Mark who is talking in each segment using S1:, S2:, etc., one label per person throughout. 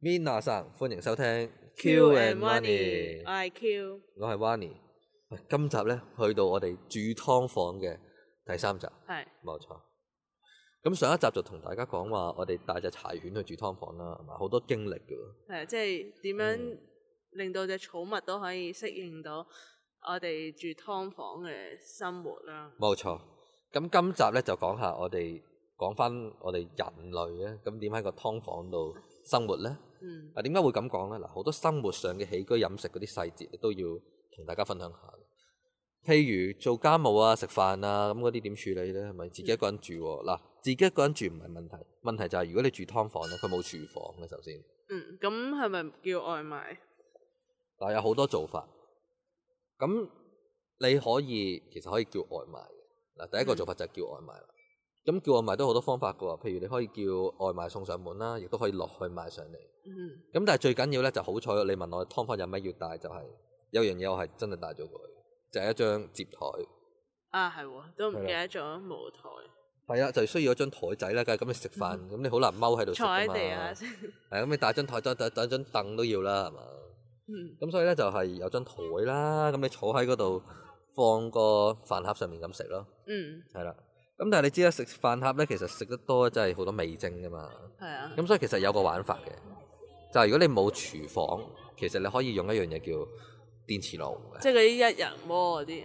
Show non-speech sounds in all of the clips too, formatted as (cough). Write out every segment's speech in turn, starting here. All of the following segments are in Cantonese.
S1: Mina 生，歡迎收聽
S2: Q
S1: Q and
S2: and Money，我
S1: Money，
S2: 係 Q，
S1: 我係 Wani。喂今集咧去到我哋住劏房嘅第三集，
S2: 係
S1: 冇錯。咁上一集就同大家講話，我哋帶只柴犬去住劏房啦，係嘛？好多經歷嘅喎。
S2: 係即係點樣
S1: 嗯
S2: 令到隻寵物都可以適應到我哋住劏房嘅生活啦。
S1: 冇錯。咁今集咧就講下我哋講翻我哋人類咧，咁點喺個劏房度生活咧？
S2: 嗯，
S1: 啊，點解會咁講咧？嗱，好多生活上嘅起居飲食嗰啲細節都要同大家分享下。譬如做家務啊、食飯啊咁嗰啲點處理咧？係咪自己一個人住喎？嗱、自己一個人住唔係問題，問題就係如果你住劏房咧，佢冇廚房嘅首先。
S2: 嗯，咁係咪叫外賣？
S1: 嗱，有好多做法。咁你可以其實可以叫外賣嘅。嗱，第一個
S2: 嗯
S1: 做法就係叫外賣啦。咁叫外賣都好多方法嘅喎，譬如你可以叫外賣送上門啦，亦都可以落去買上嚟。
S2: 嗯
S1: 咁但係最緊要咧就好彩，你問我劏房有咩要帶，就係、有樣嘢我係真係帶咗過去，就係、一張摺台。
S2: 啊，係喎，都唔
S1: 係啦
S2: 記得咗冇台
S1: 係啊，就需要一張台仔啦，梗係咁你食飯，咁、你好難踎喺度食
S2: 嗯坐
S1: 㗎
S2: 喺
S1: 嘛。
S2: 地下
S1: 係啊
S2: 先。
S1: 咁你帶張台、帶帶帶張凳都要啦，係嘛？
S2: 嗯
S1: 咁所以咧就係、有張台啦，咁你坐喺嗰度放個飯盒上面咁食咯，
S2: 嗯，
S1: 係啦。咁但係你知啦，食飯盒咧其實食得多真係好多味精㗎嘛。
S2: 係啊，
S1: 咁所以其實有個玩法嘅，就係、如果你冇廚房，其實你可以用一樣嘢叫電磁爐。
S2: 即係嗰啲一人鍋嗰啲，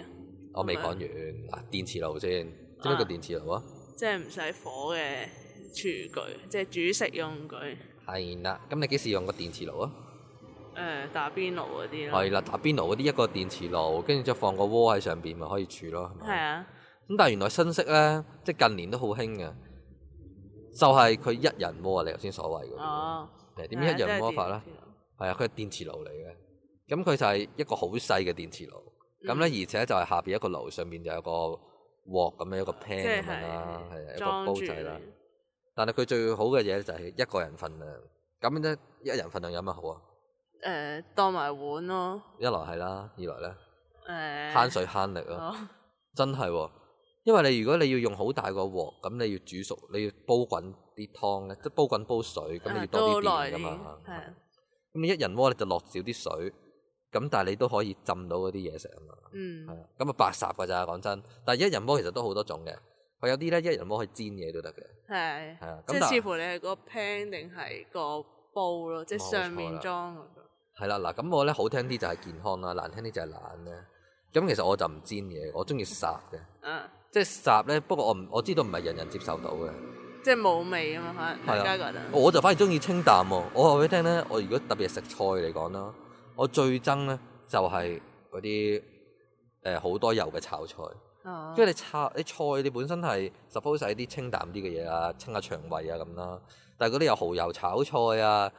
S1: 我未講完，嗱電磁爐先，知唔知
S2: 啊
S1: 叫電磁爐啊？
S2: 即係唔使火嘅廚具，即係煮食用具，誒、
S1: 係啦，咁你幾時用過電磁爐啊？
S2: 打邊爐嗰啲咯。
S1: 係啦，打邊爐嗰啲一個電磁爐，跟住之後放個鍋喺上邊咪可以煮咯，係
S2: 係
S1: 咪？
S2: 啊，
S1: 咁但係原來新式咧，即係近年都好興嘅，就係佢一人鍋啊！你頭先所謂嗰啲，
S2: 哦，
S1: 誒點樣一人鍋法
S2: 啦
S1: 啦？？係啊，佢係電磁爐嚟嘅，咁佢就係一個好細嘅電磁爐，
S2: 嗯
S1: 咁咧、而且就係下邊一個爐，上邊就有個鑊咁樣一個 pan 咁樣啦，係啊一個煲仔啦。但係佢最好嘅嘢就係一個人份量。咁咧，一人份量有乜好啊？
S2: 誒、呃當埋碗咯，
S1: 一來係啦，二來咧
S2: 誒、
S1: 慳水慳力咯，
S2: 哦，
S1: 真係喎。因為你如果你要用好大個鑊，咁你要煮熟，你要煲滾啲湯咧，即係煲滾煲水，咁你要
S2: 啊
S1: 多啲
S2: 都
S1: 電
S2: 耐
S1: 㗎
S2: 啲，
S1: 嘛。
S2: 係啊，
S1: 咁你一人鍋你就落少啲水，咁但係你都可以浸到嗰啲嘢食啊嘛。係
S2: 嗯，
S1: 啊，咁啊白烚㗎咋講真。但係一人鍋其實都好多種嘅，佢有啲咧一人鍋可以煎嘢都得嘅。
S2: 係
S1: 係啊，咁
S2: 即
S1: 但
S2: 係視乎你係個 pan 定係個煲咯，即
S1: 冇
S2: 係
S1: 錯
S2: 上面
S1: 啦
S2: 裝嗰個，
S1: 係啦，嗱咁我咧好聽啲就係健康啦，難聽啲就係懶咧。咁其實我就唔煎嘢，我中意烚嘅，
S2: 嗯，
S1: 即係烚咧。不過我唔我知道唔係人人接受到嘅，
S2: 即係冇味啊嘛，可能
S1: 係啊
S2: 大家覺得，
S1: 我就反而中意清淡喎。我話俾你聽咧，我如果特別係食菜嚟講啦，我最憎咧就係嗰啲誒好多油嘅炒菜，
S2: 哦
S1: 因為你炒你菜你本身係 suppose 係啲清淡啲嘅嘢啊，清下腸胃啊咁啦。但係嗰啲有蠔油炒菜啊，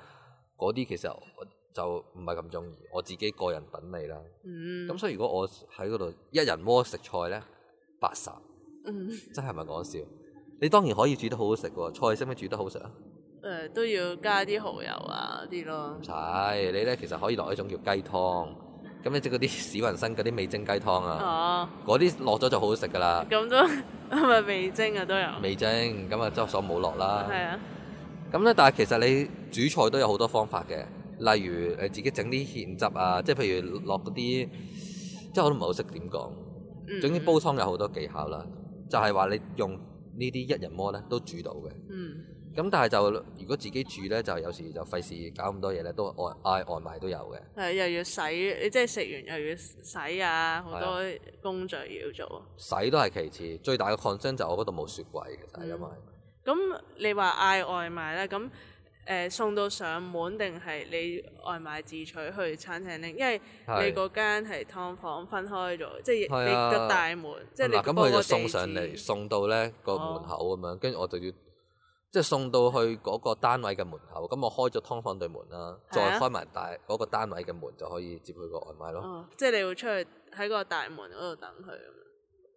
S1: 嗰啲其實我就唔係咁中意，我自己個人品味啦。
S2: 嗯，
S1: 咁所以如果我喺嗰度一人鍋食菜咧，白烚
S2: 嗯，誒、
S1: 真係唔係講笑。你當然可以煮得好好食喎，菜識唔識煮得好食啊？
S2: 都要加啲蠔油啊嗰啲咯
S1: 唔，使，你咧其實可以落一種叫雞湯，咁你即係嗰啲史雲生嗰啲味精雞湯啊，
S2: 哦，
S1: 嗰啲落咗就好好食噶啦。
S2: 咁都 (laughs) 係咪味精啊都有，
S1: 味精咁啊，即係所冇落啦。
S2: 係啊，
S1: 咁咧，但係其實你煮菜都有好多方法嘅，例如誒自己整啲芡汁啊，即係譬如落嗰啲，即係我都唔係好識點講。
S2: 嗯
S1: 總之煲，湯有好多技巧啦，就係、話你用呢啲一人鍋咧都煮到嘅。
S2: 嗯，
S1: 咁但係就如果自己煮咧，就有時就費事搞咁多嘢咧，都外嗌外賣都有嘅。
S2: 係又要洗，你即係食完又要洗啊，好多工序要做。
S1: 洗都係其次，最大嘅 concern 就我嗰度冇雪櫃嘅，就係因為
S2: 咁你話嗌外賣啦，咁誒、呃送到上門定係你外賣自取去餐廳拎？因為
S1: 係
S2: 嗯
S1: 嗯
S2: 你嗰間係劏房分開咗，即係
S1: 係
S2: 你
S1: 啊
S2: 個大門，即係你
S1: 嗱咁
S2: 報
S1: 佢
S2: 個
S1: 就
S2: 地
S1: 送上
S2: 址哦
S1: 嚟，送到咧個門口咁樣，跟住我就要即係送到去嗰個單位嘅門口。咁我開咗劏房對門啦，
S2: 係啊
S1: 再開埋大嗰個單位嘅門就可以接佢個外賣咯。
S2: 哦，即係你會出去喺個大門嗰度等佢咁樣。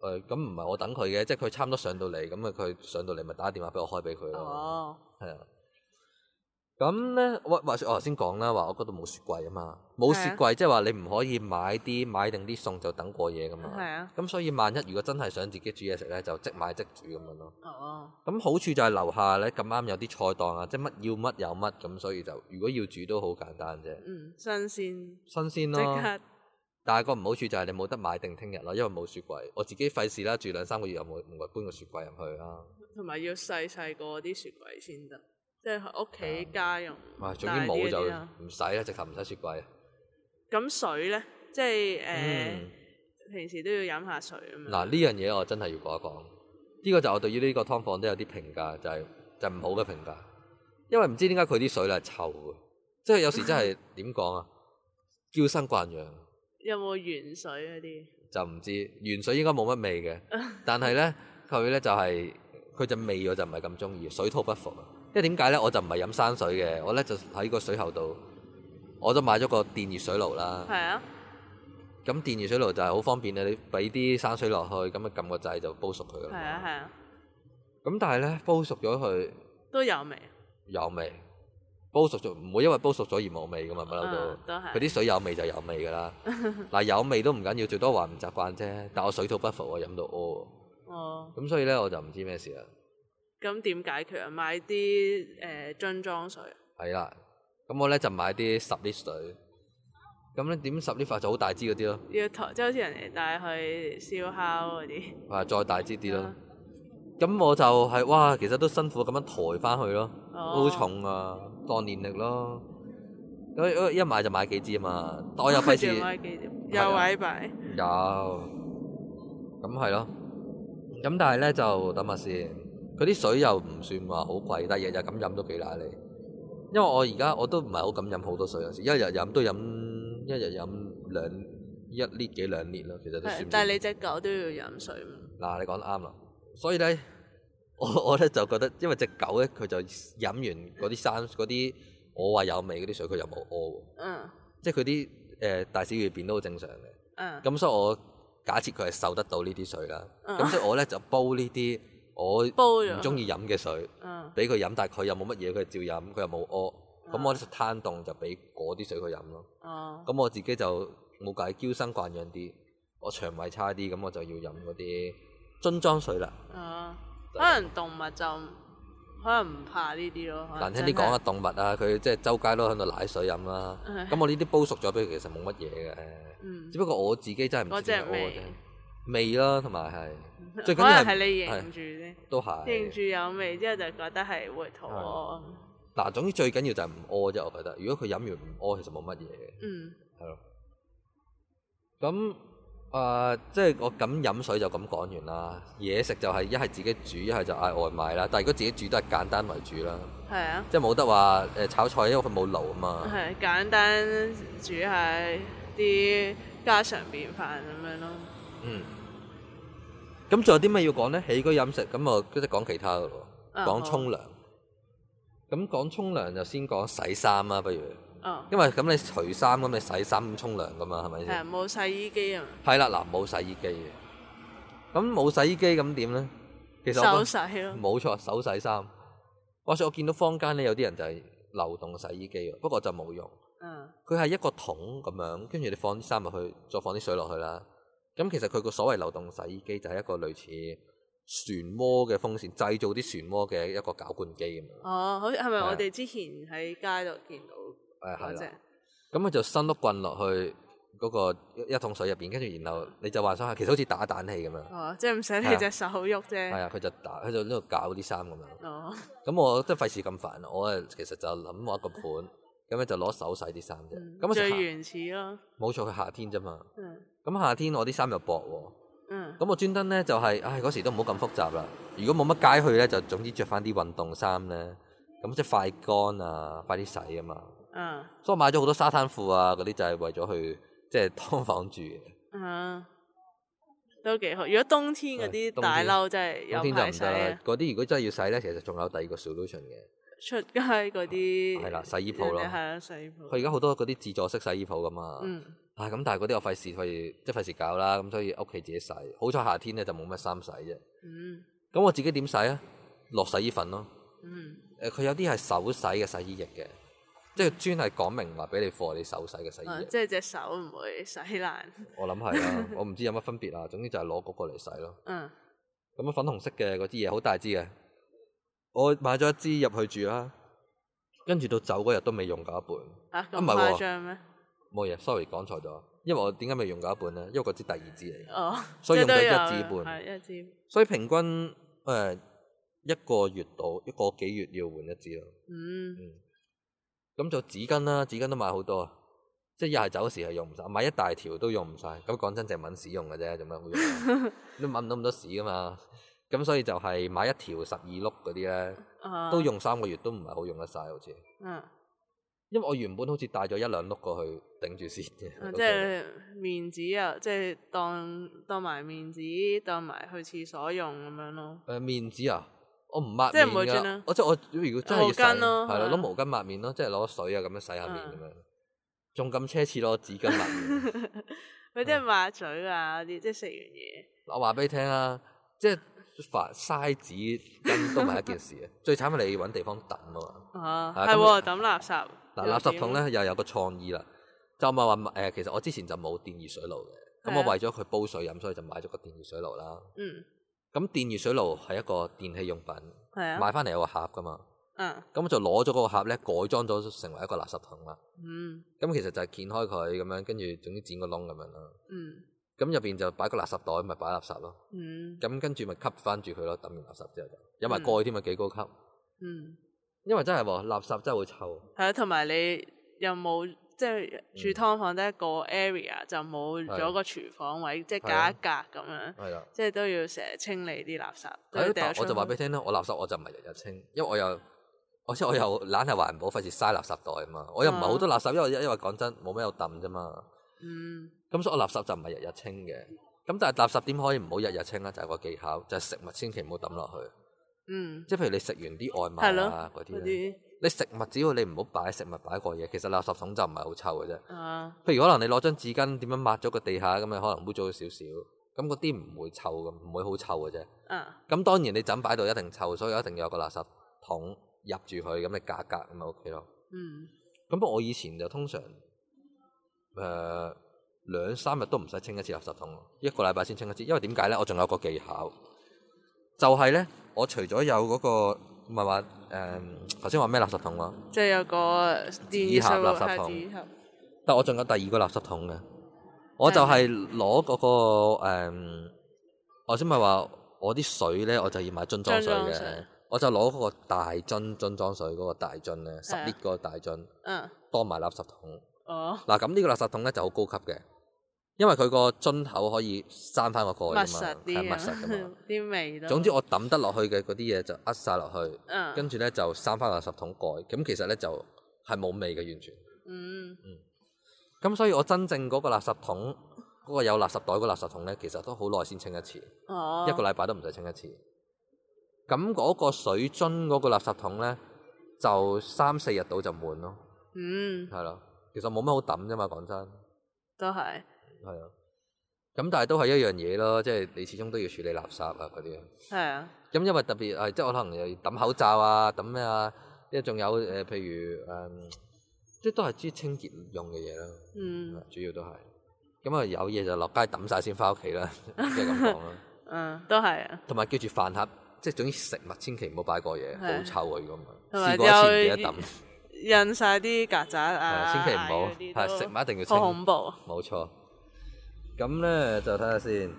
S1: 誒呃咁唔係我等佢嘅，即係佢差唔多上到嚟，咁啊佢上到嚟咪打電話俾我開俾佢咯。
S2: 哦，
S1: 係啊，咁咧，話話説我頭先講啦，話我嗰度冇雪櫃啊嘛，冇
S2: 係啊
S1: 雪櫃即係話你唔可以買啲買定啲餸就等過夜噶嘛。
S2: 係啊，
S1: 咁所以萬一如果真係想自己煮嘢食咧，就即買即煮咁樣咯。
S2: 哦，
S1: 咁好處就係樓下咧咁啱有啲菜檔啊，即係乜要乜有乜咁，所以就如果要煮都好簡單啫，
S2: 嗯，新鮮，
S1: 新鮮
S2: 即
S1: 咯。
S2: 刻
S1: 但係個唔好處就係你冇得買定聽日咯，因為冇雪櫃。我自己費事啦，住兩三個月又冇唔會搬個雪櫃入去啦。
S2: 同埋要細細個啲雪櫃先得，即係屋企
S1: 係啊
S2: 家用
S1: 哇，總之
S2: 大啲
S1: 冇
S2: 嗰啲啊啦。
S1: 就唔使啦，直頭唔使雪櫃。
S2: 咁水咧，即係誒、呃
S1: 嗯，
S2: 平時都要飲下水咁樣。
S1: 嗱呢樣嘢我真係要講一講。呢、個就我對於呢個劏房都有啲評價，就係、就唔好嘅評價，因為唔知點解佢啲水咧係臭嘅，即係有時真係點講啊，嬌生慣養。
S2: 有冇原水嗰啲？
S1: 就唔知原水應該冇乜味
S2: (laughs)
S1: 嘅，但係呢，佢呢就係佢隻味我就唔係咁中意，水土不服啊。因為點解呢？我就唔係飲山水嘅，我呢就喺個水喉度，我就買咗個電熱水爐啦。
S2: 係啊，
S1: 咁電熱水爐就係好方便啊，你俾啲山水落去，咁啊撳個掣就煲熟佢㗎
S2: 係
S1: 啦。
S2: 啊，係啊，
S1: 咁但係呢，煲熟咗佢
S2: 都有味。
S1: 有味，煲熟咗唔會因為煲熟咗而冇味噶嘛，咪嬲
S2: 嗯
S1: 到。
S2: 都係。
S1: 佢啲水有味就有味㗎
S2: (laughs)
S1: 啦。嗱有味都唔緊要，最多話唔習慣啫。但我水土不服，我飲到屙。
S2: 哦，
S1: 咁所以咧我就唔知咩事啦。
S2: 咁點解決啊？買啲誒樽裝水。啊
S1: 係啦，咁我咧就買啲十 l 水，咁咧點十 l 法就好大支嗰啲咯，
S2: 要托，即係好似人哋帶去燒烤嗰啲。
S1: 啊再大支啲咯
S2: 啊。
S1: 咁我就係、哇，其實都辛苦咁樣抬翻去咯，都
S2: 哦
S1: 好重啊，當練力咯。咁一買就買幾支啊嘛，但我又 (laughs)
S2: (laughs)
S1: 費事
S2: 仲
S1: 有，
S2: 買幾碟
S1: 係啊
S2: 有位擺。
S1: 咁係咯。咁但係咧就等下先，佢啲水又唔算話好貴，但係日日咁飲都幾奶你。因為我而家我都唔係好敢飲好多水，有時一日飲都飲一日飲兩一 lit 幾兩 lit 咯，其實都算
S2: 係
S1: 唔。
S2: 但係你隻狗都要飲水嘛。
S1: 嗱，你講得啱啦。所以咧， (laughs) 我我咧就覺得，因為只狗咧，佢就飲完嗰啲山嗰啲我話有味嗰啲水，佢又冇屙喎，
S2: 嗯
S1: 即係佢啲誒大小便便都好正常嘅。
S2: 嗯。
S1: 咁所以我假設佢係受得到呢啲水啦。
S2: 嗯
S1: 咁所以我咧就煲呢啲我
S2: 煲咗
S1: 唔中意飲嘅水，
S2: 嗯
S1: 俾佢飲，但係佢又冇乜嘢，佢照飲，佢又冇屙。咁
S2: 嗯
S1: 我咧就攤凍就俾嗰啲水佢飲咯。
S2: 哦。
S1: 咁我自己就冇計，嬌生慣養啲，我腸胃差啲，咁我就要飲嗰啲樽裝水啦。
S2: 啊，可能動物就可能唔怕呢啲咯。可能
S1: 難聽
S2: 哦真
S1: 啲
S2: 係
S1: 講啊，，動物啊，佢即係周街都喺度奶水飲啦。
S2: 唉
S1: 咁我呢啲煲熟咗俾佢，其實冇乜嘢嘅。
S2: 嗯
S1: 只，不過我自己真係唔知點解
S2: 嗰
S1: 屙嘅
S2: 隻味
S1: 啫，味啦，同埋係最緊
S2: 可
S1: 要
S2: 能
S1: 係
S2: 係你認住啫，
S1: 都係。
S2: 認住有味之後就覺得係會肚餓。
S1: 嗱，總之最緊要就係唔屙啫，我覺得。如果佢飲完唔屙，其實冇乜嘢嘅，
S2: 嗯，
S1: 係咯。咁啊、即係我咁飲水就咁講完啦。嘢食就係一係自己煮，一係就嗌外賣啦。但係如果自己煮都係簡單為主啦，
S2: 係啊，
S1: 即係冇得話誒炒菜，因為佢冇爐啊嘛。
S2: 係簡單煮下啲家常便飯咁樣咯。
S1: 嗯，咁仲有啲咩要講呢？起居飲食，咁我即係講其他嘅喎，講
S2: 啊好
S1: 沖涼。咁講沖涼就先講洗衫啦，不如，
S2: 哦，
S1: 因為咁你除衫咁你洗衫咁沖涼噶嘛，係咪
S2: 係啊
S1: 先？
S2: 冇洗衣機啊嘛，
S1: 係啦，嗱冇洗衣機嘅，咁冇洗衣機咁點呢？其實我覺
S2: 手洗
S1: 得
S2: 咯。
S1: 冇錯，手洗衫。話說我見到坊間呢，有啲人就係流動洗衣機喎，不過就冇用。
S2: 嗯，
S1: 佢係一個桶咁樣，跟住你放啲衫入去，再放啲水落去啦。咁其實佢個所謂流動洗衣機就係一個類似漩渦嘅風扇，製造啲漩渦嘅一個攪拌機咁樣。
S2: 哦，好似係咪
S1: 係啊
S2: 我哋之前喺街度見到
S1: 誒係
S2: 嗰
S1: 啦
S2: 隻，？
S1: 咁佢就伸碌棍落去嗰個一一桶水入邊，跟住然後你就幻想下，其實好似打蛋器咁樣。
S2: 哦，即係唔使
S1: 係
S2: 你
S1: 啊
S2: 隻手喐
S1: 係
S2: 啫。
S1: 啊，佢就打，佢就喺度搞啲衫咁樣。
S2: 哦，
S1: 咁我即係費事咁煩，我誒其實就諗我一個盤，咁咧就攞手洗啲衫啫。
S2: 嗯
S1: 咁我就
S2: 最
S1: 夏
S2: 原始咯。
S1: 冇錯，佢夏天啫嘛。
S2: 嗯
S1: 咁夏天我啲衫又薄喎。
S2: 嗯。
S1: 咁我專登咧就係、唉嗰時都唔好咁複雜啦。如果冇乜街去咧，就總之着翻啲運動衫咧，咁即係快乾啊，快啲洗啊嘛。
S2: 嗯
S1: 所以我買咗好多沙灘褲啊，嗰啲就係為咗去即係劏房住嘅。
S2: 嗯，都幾好。如果冬天嗰
S1: 啊係冬天
S2: 啲大褸真係
S1: 冬天
S2: 有
S1: 就
S2: 排
S1: 唔
S2: 洗
S1: 得啦
S2: 啊，，
S1: 嗰啲如果真係要洗咧，其實仲有第二個 solution 嘅。
S2: 出街嗰啲
S1: 啊係啦洗衣鋪咯
S2: 人哋係啊，洗衣鋪。
S1: 佢而家好多嗰啲自助式洗衣鋪噶嘛。
S2: 嗯
S1: 啊，咁但係嗰啲我費事去，即係費事搞啦，咁所以屋企自己洗。好彩夏天咧就冇乜衫洗啫。
S2: 嗯
S1: 咁我自己點洗啊？落洗衣粉咯。
S2: 嗯，
S1: 誒佢有啲係手洗嘅洗衣液嘅，即係專係講明話俾你貨你手洗嘅洗衣
S2: 啊
S1: 液。
S2: 即係隻手唔會洗爛。
S1: 我諗係啦，我唔知有乜分別啊。總之就係攞嗰個嚟洗咯。
S2: 嗯，
S1: 咁啊，粉紅色嘅嗰支嘢好大支嘅，我買咗一支入去住啦，跟住到走嗰日都未用夠一半，
S2: 啊咁
S1: 唔係喎
S2: 誇張咩？
S1: 冇嘢，sorry 講錯咗，因為我點解未用夠一半咧？因為嗰支第二支嚟嘅，
S2: 哦，
S1: (laughs) 所以
S2: 即係
S1: 用咗
S2: 都
S1: 一支
S2: 有
S1: 半
S2: 係一支，
S1: 所以平均誒、呃一個月到一個幾月要換一支咯。
S2: 嗯，
S1: 嗯，咁就紙巾啦，紙巾都買好多，啊，即係又係走時係用唔晒，買一大條都用唔晒。咁講真，就係揾屎用嘅啫，做咩好用啊？ (laughs) 你揾唔到咁多屎噶嘛？咁所以就係買一條十二碌嗰啲咧，
S2: 啊
S1: 都，用三個月都唔係好用得晒，好似。
S2: 嗯，
S1: 因為我原本好似帶咗一兩碌過去頂住先
S2: 啊
S1: 嘅，
S2: 即係面紙又即係當當埋面紙，當埋去廁所用咁樣咯。
S1: 誒面紙啊，我唔抹
S2: 即
S1: 面
S2: 係唔會轉
S1: 㗎
S2: 啊，
S1: 我即係我如果真係要洗，
S2: 毛巾咯
S1: 係
S2: 係
S1: 咯，
S2: 啊
S1: 攞毛巾抹面咯，即係攞水啊咁樣洗下面
S2: 嗯
S1: 咁樣，仲咁奢侈攞紙巾抹面。 (laughs)
S2: 佢即係抹嘴啊嗰啲，即係食完嘢。
S1: 我話俾你聽啊，即係煩嘥紙巾都唔係一件事
S2: (laughs)
S1: 啊！最慘係你揾地方抌啊嘛。
S2: 啊，
S1: 啊
S2: 係
S1: 咁
S2: 喎，抌垃圾。
S1: 嗱，
S2: 又
S1: 垃圾桶
S2: 點？
S1: 咧又有個創意啦，就咪話誒，其實我之前就冇電熱水爐嘅，咁
S2: 係啊
S1: 我為咗佢煲水飲，所以就買咗個電熱水爐啦。
S2: 嗯，
S1: 咁電熱水爐係一個電器用品，
S2: 係啊，
S1: 買翻嚟有個盒噶嘛，
S2: 嗯
S1: 咁我就攞咗嗰個盒咧，改裝咗成為一個垃圾桶啦。
S2: 嗯
S1: 咁其實就係掀開佢咁樣，跟住總之剪個窿咁樣啦。
S2: 嗯
S1: 咁入邊就擺個垃圾袋，咪擺垃圾咯。
S2: 嗯
S1: 咁跟住咪吸翻住佢咯，抌完垃圾之後就有埋
S2: 嗯
S1: 蓋添啊，幾高級。
S2: 嗯，
S1: 因為真係喎，垃圾真係會臭，
S2: 係啊，同埋你又冇即
S1: 嗯
S2: 係住劏房得一個 area，就冇咗個廚房位，即係
S1: 係啊
S2: 隔一隔咁樣，
S1: 係啦。
S2: 即係都要成日清理啲垃圾。都要
S1: 係啊
S2: 掉
S1: 但
S2: 出
S1: 我就話
S2: 去
S1: 俾你聽啦，我垃圾我就唔係日日清，因為我又我即係我又懶係環保，費事嘥垃圾袋啊嘛。我又唔係好多垃圾，因為因為講真冇咩有抌啫嘛。
S2: 嗯
S1: 咁所以我垃圾就唔係日日清嘅。咁但係垃圾點可以唔好日日清咧？就係、個技巧，就係、食物千祈唔好抌落去。
S2: 嗯
S1: 即係譬如你食完啲外
S2: 係
S1: 賣啊
S2: 咯
S1: 嗰
S2: 嗰
S1: 啲咧，
S2: 啲
S1: 你食物只要你唔好擺食物擺過嘢，其實垃圾桶就唔係好臭嘅啫。
S2: 啊
S1: 譬如可能你攞張紙巾點樣抹咗個地下咁樣，可能污糟咗少少，咁嗰啲唔會臭嘅，唔會好臭嘅啫。
S2: 啊
S1: 咁當然你枕擺到一定臭，所以一定要有個垃圾桶入住佢，咁你隔一隔咁咪 OK 咯。
S2: 嗯
S1: 咁我以前就通常誒、呃、兩三日都唔使清一次垃圾桶，一個禮拜先清一次，因為點解咧？我仲有個技巧，就係、呢。咧，我除咗有嗰、個唔係話誒頭先話咩垃圾桶啊喎，
S2: 即係有個電
S1: 紙盒
S2: 熱水
S1: 垃
S2: 壺
S1: 圾
S2: 係
S1: 桶
S2: 紙盒
S1: 但我仲有第二個垃圾桶嘅，我就係攞嗰個、誒，我先咪話我啲水咧，我就要買樽裝水
S2: 樽裝
S1: 嘅
S2: 水，
S1: 我就攞嗰個大樽樽裝水嗰個大樽咧，十
S2: 係啊
S1: lit 嗰個大樽，
S2: 嗯
S1: 當埋垃圾桶。
S2: 哦
S1: 嗱，咁呢個垃圾桶咧就好高級嘅，因為佢個樽口可以閂翻個蓋㗎啊
S2: 密
S1: 嘛，係
S2: 實
S1: 密
S2: 啲啊
S1: 實㗎嘛
S2: (laughs) 咁。啲味都
S1: 總之我抌得落去嘅嗰啲嘢就呃晒落去，
S2: 嗯
S1: 跟住咧就閂翻垃圾桶蓋。咁其實咧就係冇味嘅完全。
S2: 嗯
S1: 咁所以我真正嗰個垃圾桶，嗰、個有垃圾袋嗰個垃圾桶咧，其實都好耐先清一次，
S2: 哦
S1: 一個禮拜都唔使清一次。咁嗰個水樽嗰個垃圾桶咧，就三四日到就滿咯，
S2: 嗯
S1: 係咯。其實冇乜好抌啫嘛，講真，
S2: 都係
S1: 係啊。咁但係都係一樣嘢咯，即係你始終都要處理垃圾啊嗰啲。
S2: 係啊
S1: 咁因為特別誒，即係我可能又要抌口罩啊，抌咩啊，即係仲有誒、呃譬如誒、嗯即係都係啲清潔用嘅嘢啦。
S2: 嗯
S1: 主要都係。咁啊，有嘢就落街抌晒先翻屋企
S2: (laughs)
S1: 啦，即係咁講啦。
S2: 嗯都係啊。
S1: 同埋記住飯盒，即係總之食物千祈唔好擺過嘢，
S2: 係
S1: 好臭啊！如果唔
S2: 同
S1: 係，
S2: 埋
S1: 試過一次唔記得抌，
S2: 印晒啲曱甴
S1: 係
S2: 啊，
S1: 千祈唔
S2: 蟻
S1: 好
S2: 嗰啲，
S1: 係
S2: 都
S1: 食物一定要清
S2: 好。恐怖。
S1: 冇錯。咁咧就睇下先。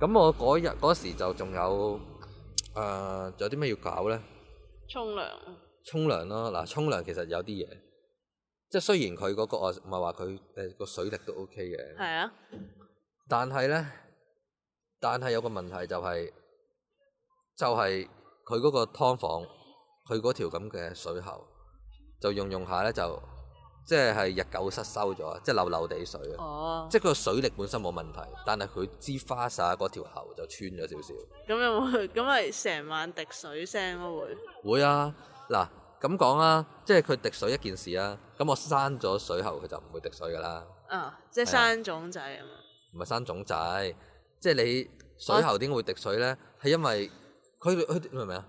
S1: 咁我嗰日嗰時就仲有誒，仲有啲咩要搞咧？
S2: 沖涼
S1: 沖涼咯，嗱，沖涼其實有啲嘢，即係雖然佢嗰、個我唔係話佢誒個水力都 OK 嘅，
S2: 係啊，
S1: 但係咧，但係有個問題就係、就係佢嗰個劏房，佢嗰條咁嘅水喉，就用用下咧就即係日久失修咗，即係流流地水啊！
S2: 哦，
S1: 即係佢個水力本身冇問題，但係佢支花灑嗰條喉就穿咗少少。
S2: 咁有冇？ (laughs) 咁咪成晚滴水聲咯會。
S1: 會啊，嗱咁講啊，即係佢滴水一件事啊。咁我閂咗水喉，佢就唔會滴水噶啦，
S2: 啊，即係
S1: 係啊
S2: 生種仔啊嘛。
S1: 唔係閂種仔。即係你水喉點解會滴水咧？係因為佢佢明唔明啊？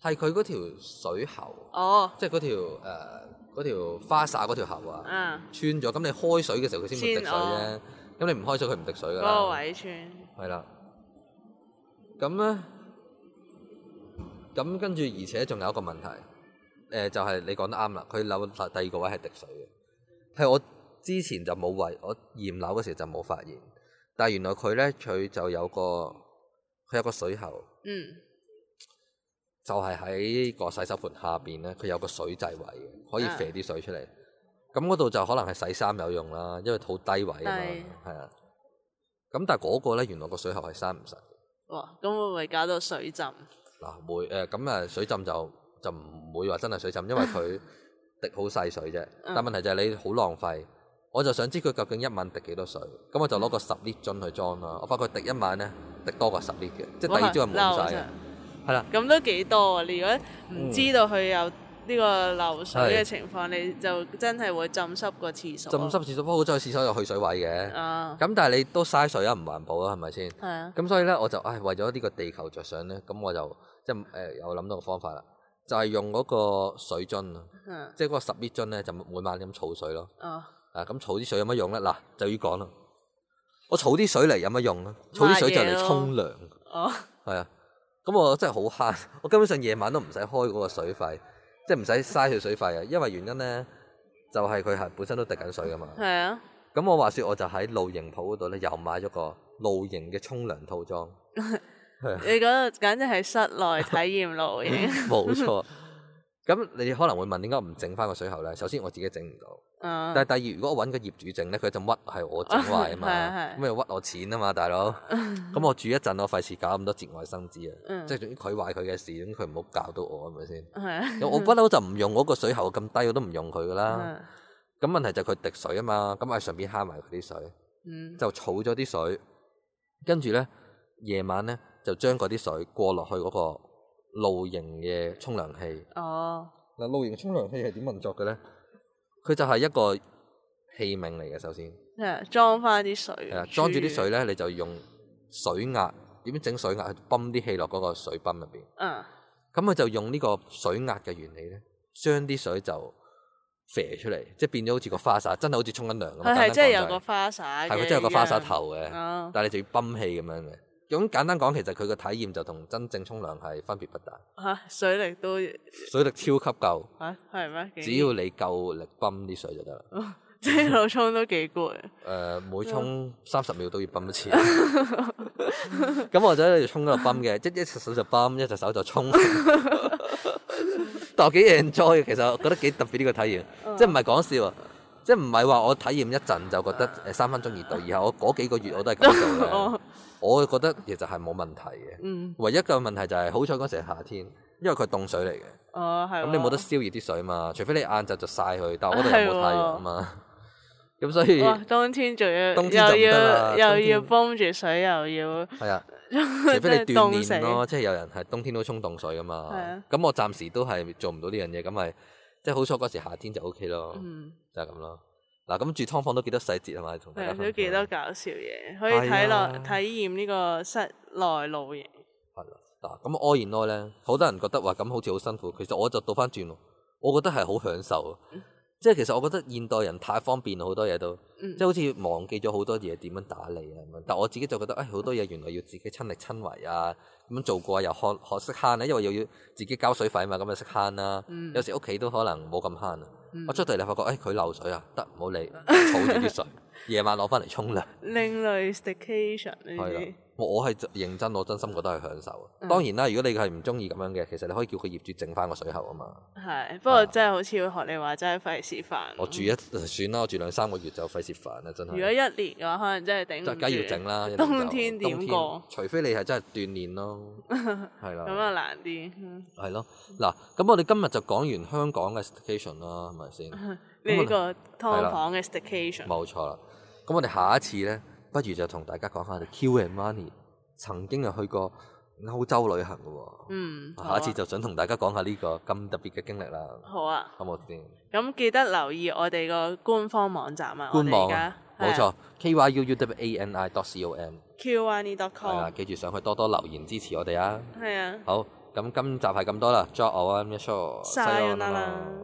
S1: 係係佢嗰條水喉，
S2: 哦，
S1: 即係嗰條誒嗰條花灑嗰條喉啊，
S2: 嗯，
S1: 穿咗。咁你開水嘅時候佢先會滴水
S2: 先
S1: 啫
S2: 哦。
S1: 咁你唔開水佢唔滴水㗎
S2: 嗰
S1: 啦。
S2: 個位穿，
S1: 係啦。咁咧，咁跟住，而且仲有一個問題，誒、就係、你講得啱啦，佢樓第二個位係滴水嘅，係我之前就冇為我驗樓嗰時就冇發現，但係原來佢咧佢就有個佢有個水喉，
S2: 嗯，
S1: 就係喺個洗手盆下邊咧，佢有個水掣位嘅，可以
S2: 啊
S1: 射啲水出嚟。咁嗰度就可能係洗衫有用啦，因為好低位啊
S2: 低
S1: 嘛，係啊。咁但係嗰個咧，原來個水喉係閂唔實嘅。
S2: 哇，咁會唔會搞到水浸？
S1: 嗱，會誒咁誒水浸就就唔會話真係水浸，因為
S2: (laughs)
S1: 佢滴好細水啫。
S2: 嗯
S1: 但問題就係你好浪費，我就想知佢究竟一晚滴幾多水，咁我就
S2: 嗯
S1: 攞個十 lit 樽去裝啦。我發覺滴一晚咧滴多過十 lit 嘅，即係第二朝係滿
S2: 哇啊
S1: 晒啊
S2: 真
S1: 嘅
S2: 係，
S1: 係啦。
S2: 咁都幾多啊！你如果唔知道佢有呢個漏水
S1: 係
S2: 嘅情況，你就真係會浸濕個廁所。
S1: 浸濕廁所，不過好在廁所有去水位嘅，咁、
S2: 啊，
S1: 但係你都嘥水啊，唔環保啊，係咪先？
S2: 係啊，
S1: 咁所以咧，我就唉為咗呢個地球着想咧，咁我就即係誒有諗到個方法啦，就係、用嗰個水樽啊，
S2: 嗯，
S1: 即係嗰個十 lit 樽咧，就每晚咁儲水咯。
S2: 哦，
S1: 啊，咁儲啲水有乜用咧？嗱，就要講啦。我儲啲水嚟有乜用咧？儲啲水就嚟沖涼， (laughs)
S2: 哦，
S1: 係啊。咁我真係好慳， (laughs) 我根本上夜晚都唔使開嗰個水費，即係唔使嘥佢水費啊。因為原因咧，就係佢係本身都滴緊水噶嘛。
S2: 係啊，
S1: 咁我話說，我就喺露營鋪嗰度咧，又買咗個露營嘅沖涼套裝，係
S2: (laughs)
S1: 啊，
S2: 你嗰度簡直係室內體驗露營。
S1: 冇錯。咁你可能會問點解唔整翻個水喉咧？首先我自己整唔到。
S2: (laughs) 嗯，
S1: 但係第二，如果我揾個業主整咧，佢就屈係我整壞啊嘛，
S2: (laughs) 係係
S1: 咁又屈我錢啊嘛，大
S2: (laughs)
S1: 佬。咁我住一陣，我費事搞咁多節外生枝啊。
S2: 嗯
S1: 即係總之佢壞佢嘅事，咁佢唔好搞到我，係咪
S2: (laughs)
S1: 先？
S2: 係啊，
S1: 咁我不嬲就唔用嗰個水喉咁低，我都唔用佢噶啦。
S2: 嗯
S1: 咁問題就係佢滴水啊嘛，咁咪順便慳埋佢啲水，
S2: 嗯，
S1: 就儲咗啲水，跟住咧夜晚咧就將嗰啲水過落去嗰個露營嘅沖涼器。
S2: 哦，
S1: 嗱，露營沖涼器係點運作嘅咧？佢就係一個器皿嚟嘅，首先
S2: 即係裝翻啲水，
S1: 係啊，裝住啲水，咧，你就用水壓點整水壓去泵啲氣落嗰個水泵入邊。
S2: 嗯，
S1: 咁佢就用呢個水壓嘅原理咧，將啲水就射出嚟，即係變咗好似個花灑，真係好似沖緊涼咁。啊
S2: 佢係
S1: 簡單
S2: 真係
S1: 講
S2: 有
S1: 就
S2: 個花灑
S1: 係
S2: 嘅，
S1: 佢真係有個花灑頭嘅，
S2: 哦，
S1: 但係你就要泵氣咁樣嘅。咁簡單講，其實佢個體驗就同真正沖涼係分別不大，
S2: 嚇水力都嚇
S1: 水力超級夠，
S2: 係咩？竟
S1: 只要你夠力泵啲水就得啦。
S2: 然 (laughs) 即係老沖都幾攰，
S1: 誒、呃每
S2: 嗯
S1: 沖三十秒都要泵一
S2: (laughs)
S1: 次，咁我就喺度沖嗰度泵嘅，即一隻手就泵，一隻手就沖。 (laughs) 但我幾 enjoy 嘅，其實我覺得幾特別呢個體驗，
S2: 嗯
S1: 即係唔係講笑啊！即係唔係話我體驗一陣就覺得誒三分鐘熱
S2: (laughs)
S1: 度，而係我嗰幾個月我都係咁做嘅
S2: 嗯哦。
S1: 我覺得其實係冇問題嘅，
S2: 嗯，
S1: 唯一嘅問題就係好彩嗰時係夏天，因為佢係凍水嚟嘅。
S2: 哦係喎，
S1: 咁你冇得燒熱啲水嘛，除非你晏晝就晒佢，但係我嗰度又冇太陽啊嘛。咁所以
S2: 哇！冬天仲要
S1: 冬天就唔
S2: 又
S1: 得啦
S2: 要又
S1: 冬天
S2: 要泵住水，又要
S1: 係啊，除
S2: (laughs) 除
S1: 非你鍛鍊咯，即係有人係冬天都沖凍水噶
S2: 係
S1: 嘛
S2: 啊。
S1: 咁我暫時都係做唔到呢樣嘢，咁咪即係好彩嗰時夏天就 O K 咯，
S2: 嗯，
S1: 就係咁咯。嗱，咁住劏房都幾多細節啊嘛，同大家分
S2: 係
S1: 享
S2: 都幾多搞笑嘢，可以
S1: 係
S2: 睇落
S1: 啊
S2: 體驗呢個室內露營。
S1: 係啦。嗱，啊咁 all in all 咧，好多人覺得話咁好似好辛苦，其實我就倒翻轉喎，我覺得係好享受。啊即係其實我覺得現代人太方便啦好多嘢都，
S2: 嗯
S1: 即係好似忘記咗好多嘢點樣打理啊咁樣。但我自己就覺得，誒、好多嘢原來要自己親力親為啊，咁樣做過又學學識慳啊啦，因為又要自己交水費嘛，咁就識慳啦。
S2: 嗯
S1: 有時屋企都可能冇咁慳啊。
S2: 嗯
S1: 我出到嚟發覺，誒、佢漏水啊，得唔好
S2: (laughs)
S1: 理，儲住啲水，夜晚攞翻嚟沖涼。
S2: 另類 staycation 呢
S1: 係
S2: 啲嗯
S1: 啦，，我我係真認真，我真心覺得係享受。啊當然啦，如果你係唔中意咁樣嘅，其實你可以叫佢業主整翻個水喉啊嘛。
S2: 嗯係不過真係好似學你話，真係費事煩。
S1: 我住一呃算啦，我住兩三個月就費事煩啦，真
S2: 如果一
S1: 係。
S2: 年嘅話，可能真係頂唔
S1: 就
S2: 住。
S1: 梗要整啊啦，一定就
S2: 冬天點過？
S1: 冬天除非你係真係鍛鍊
S2: (laughs)
S1: 咯，係
S2: 咁
S1: 啦，
S2: 啊難啲。嗯 (laughs)
S1: 係咯。嗱，咁我哋今日就講完香港嘅 station 啦，係咪先？
S2: 嗯呢
S1: 咁啊
S2: 個劏房嘅 staycation
S1: 冇錯啦。咁我哋下一次咧，不如就同大家講下我哋 Q and Money 曾經係去過歐洲旅行嘅喎。
S2: 嗯，好
S1: 下
S2: 啊
S1: 一次就想同大家講下呢個咁特別嘅經歷啦，
S2: 好啊。
S1: 好冇先？
S2: 咁記得留意我哋個官方網站啊，我
S1: 官
S2: 哋
S1: 網
S2: 而
S1: 啊
S2: 家
S1: 冇
S2: 係
S1: 錯，k y u u w a n i dot c o m
S2: qani
S1: 係
S2: E .com
S1: 啦，記住上去多多留言支持我哋啊！
S2: 係啊，
S1: 好，咁咁今集係咁多啦，祝我安一啊 show，
S2: 晒啦。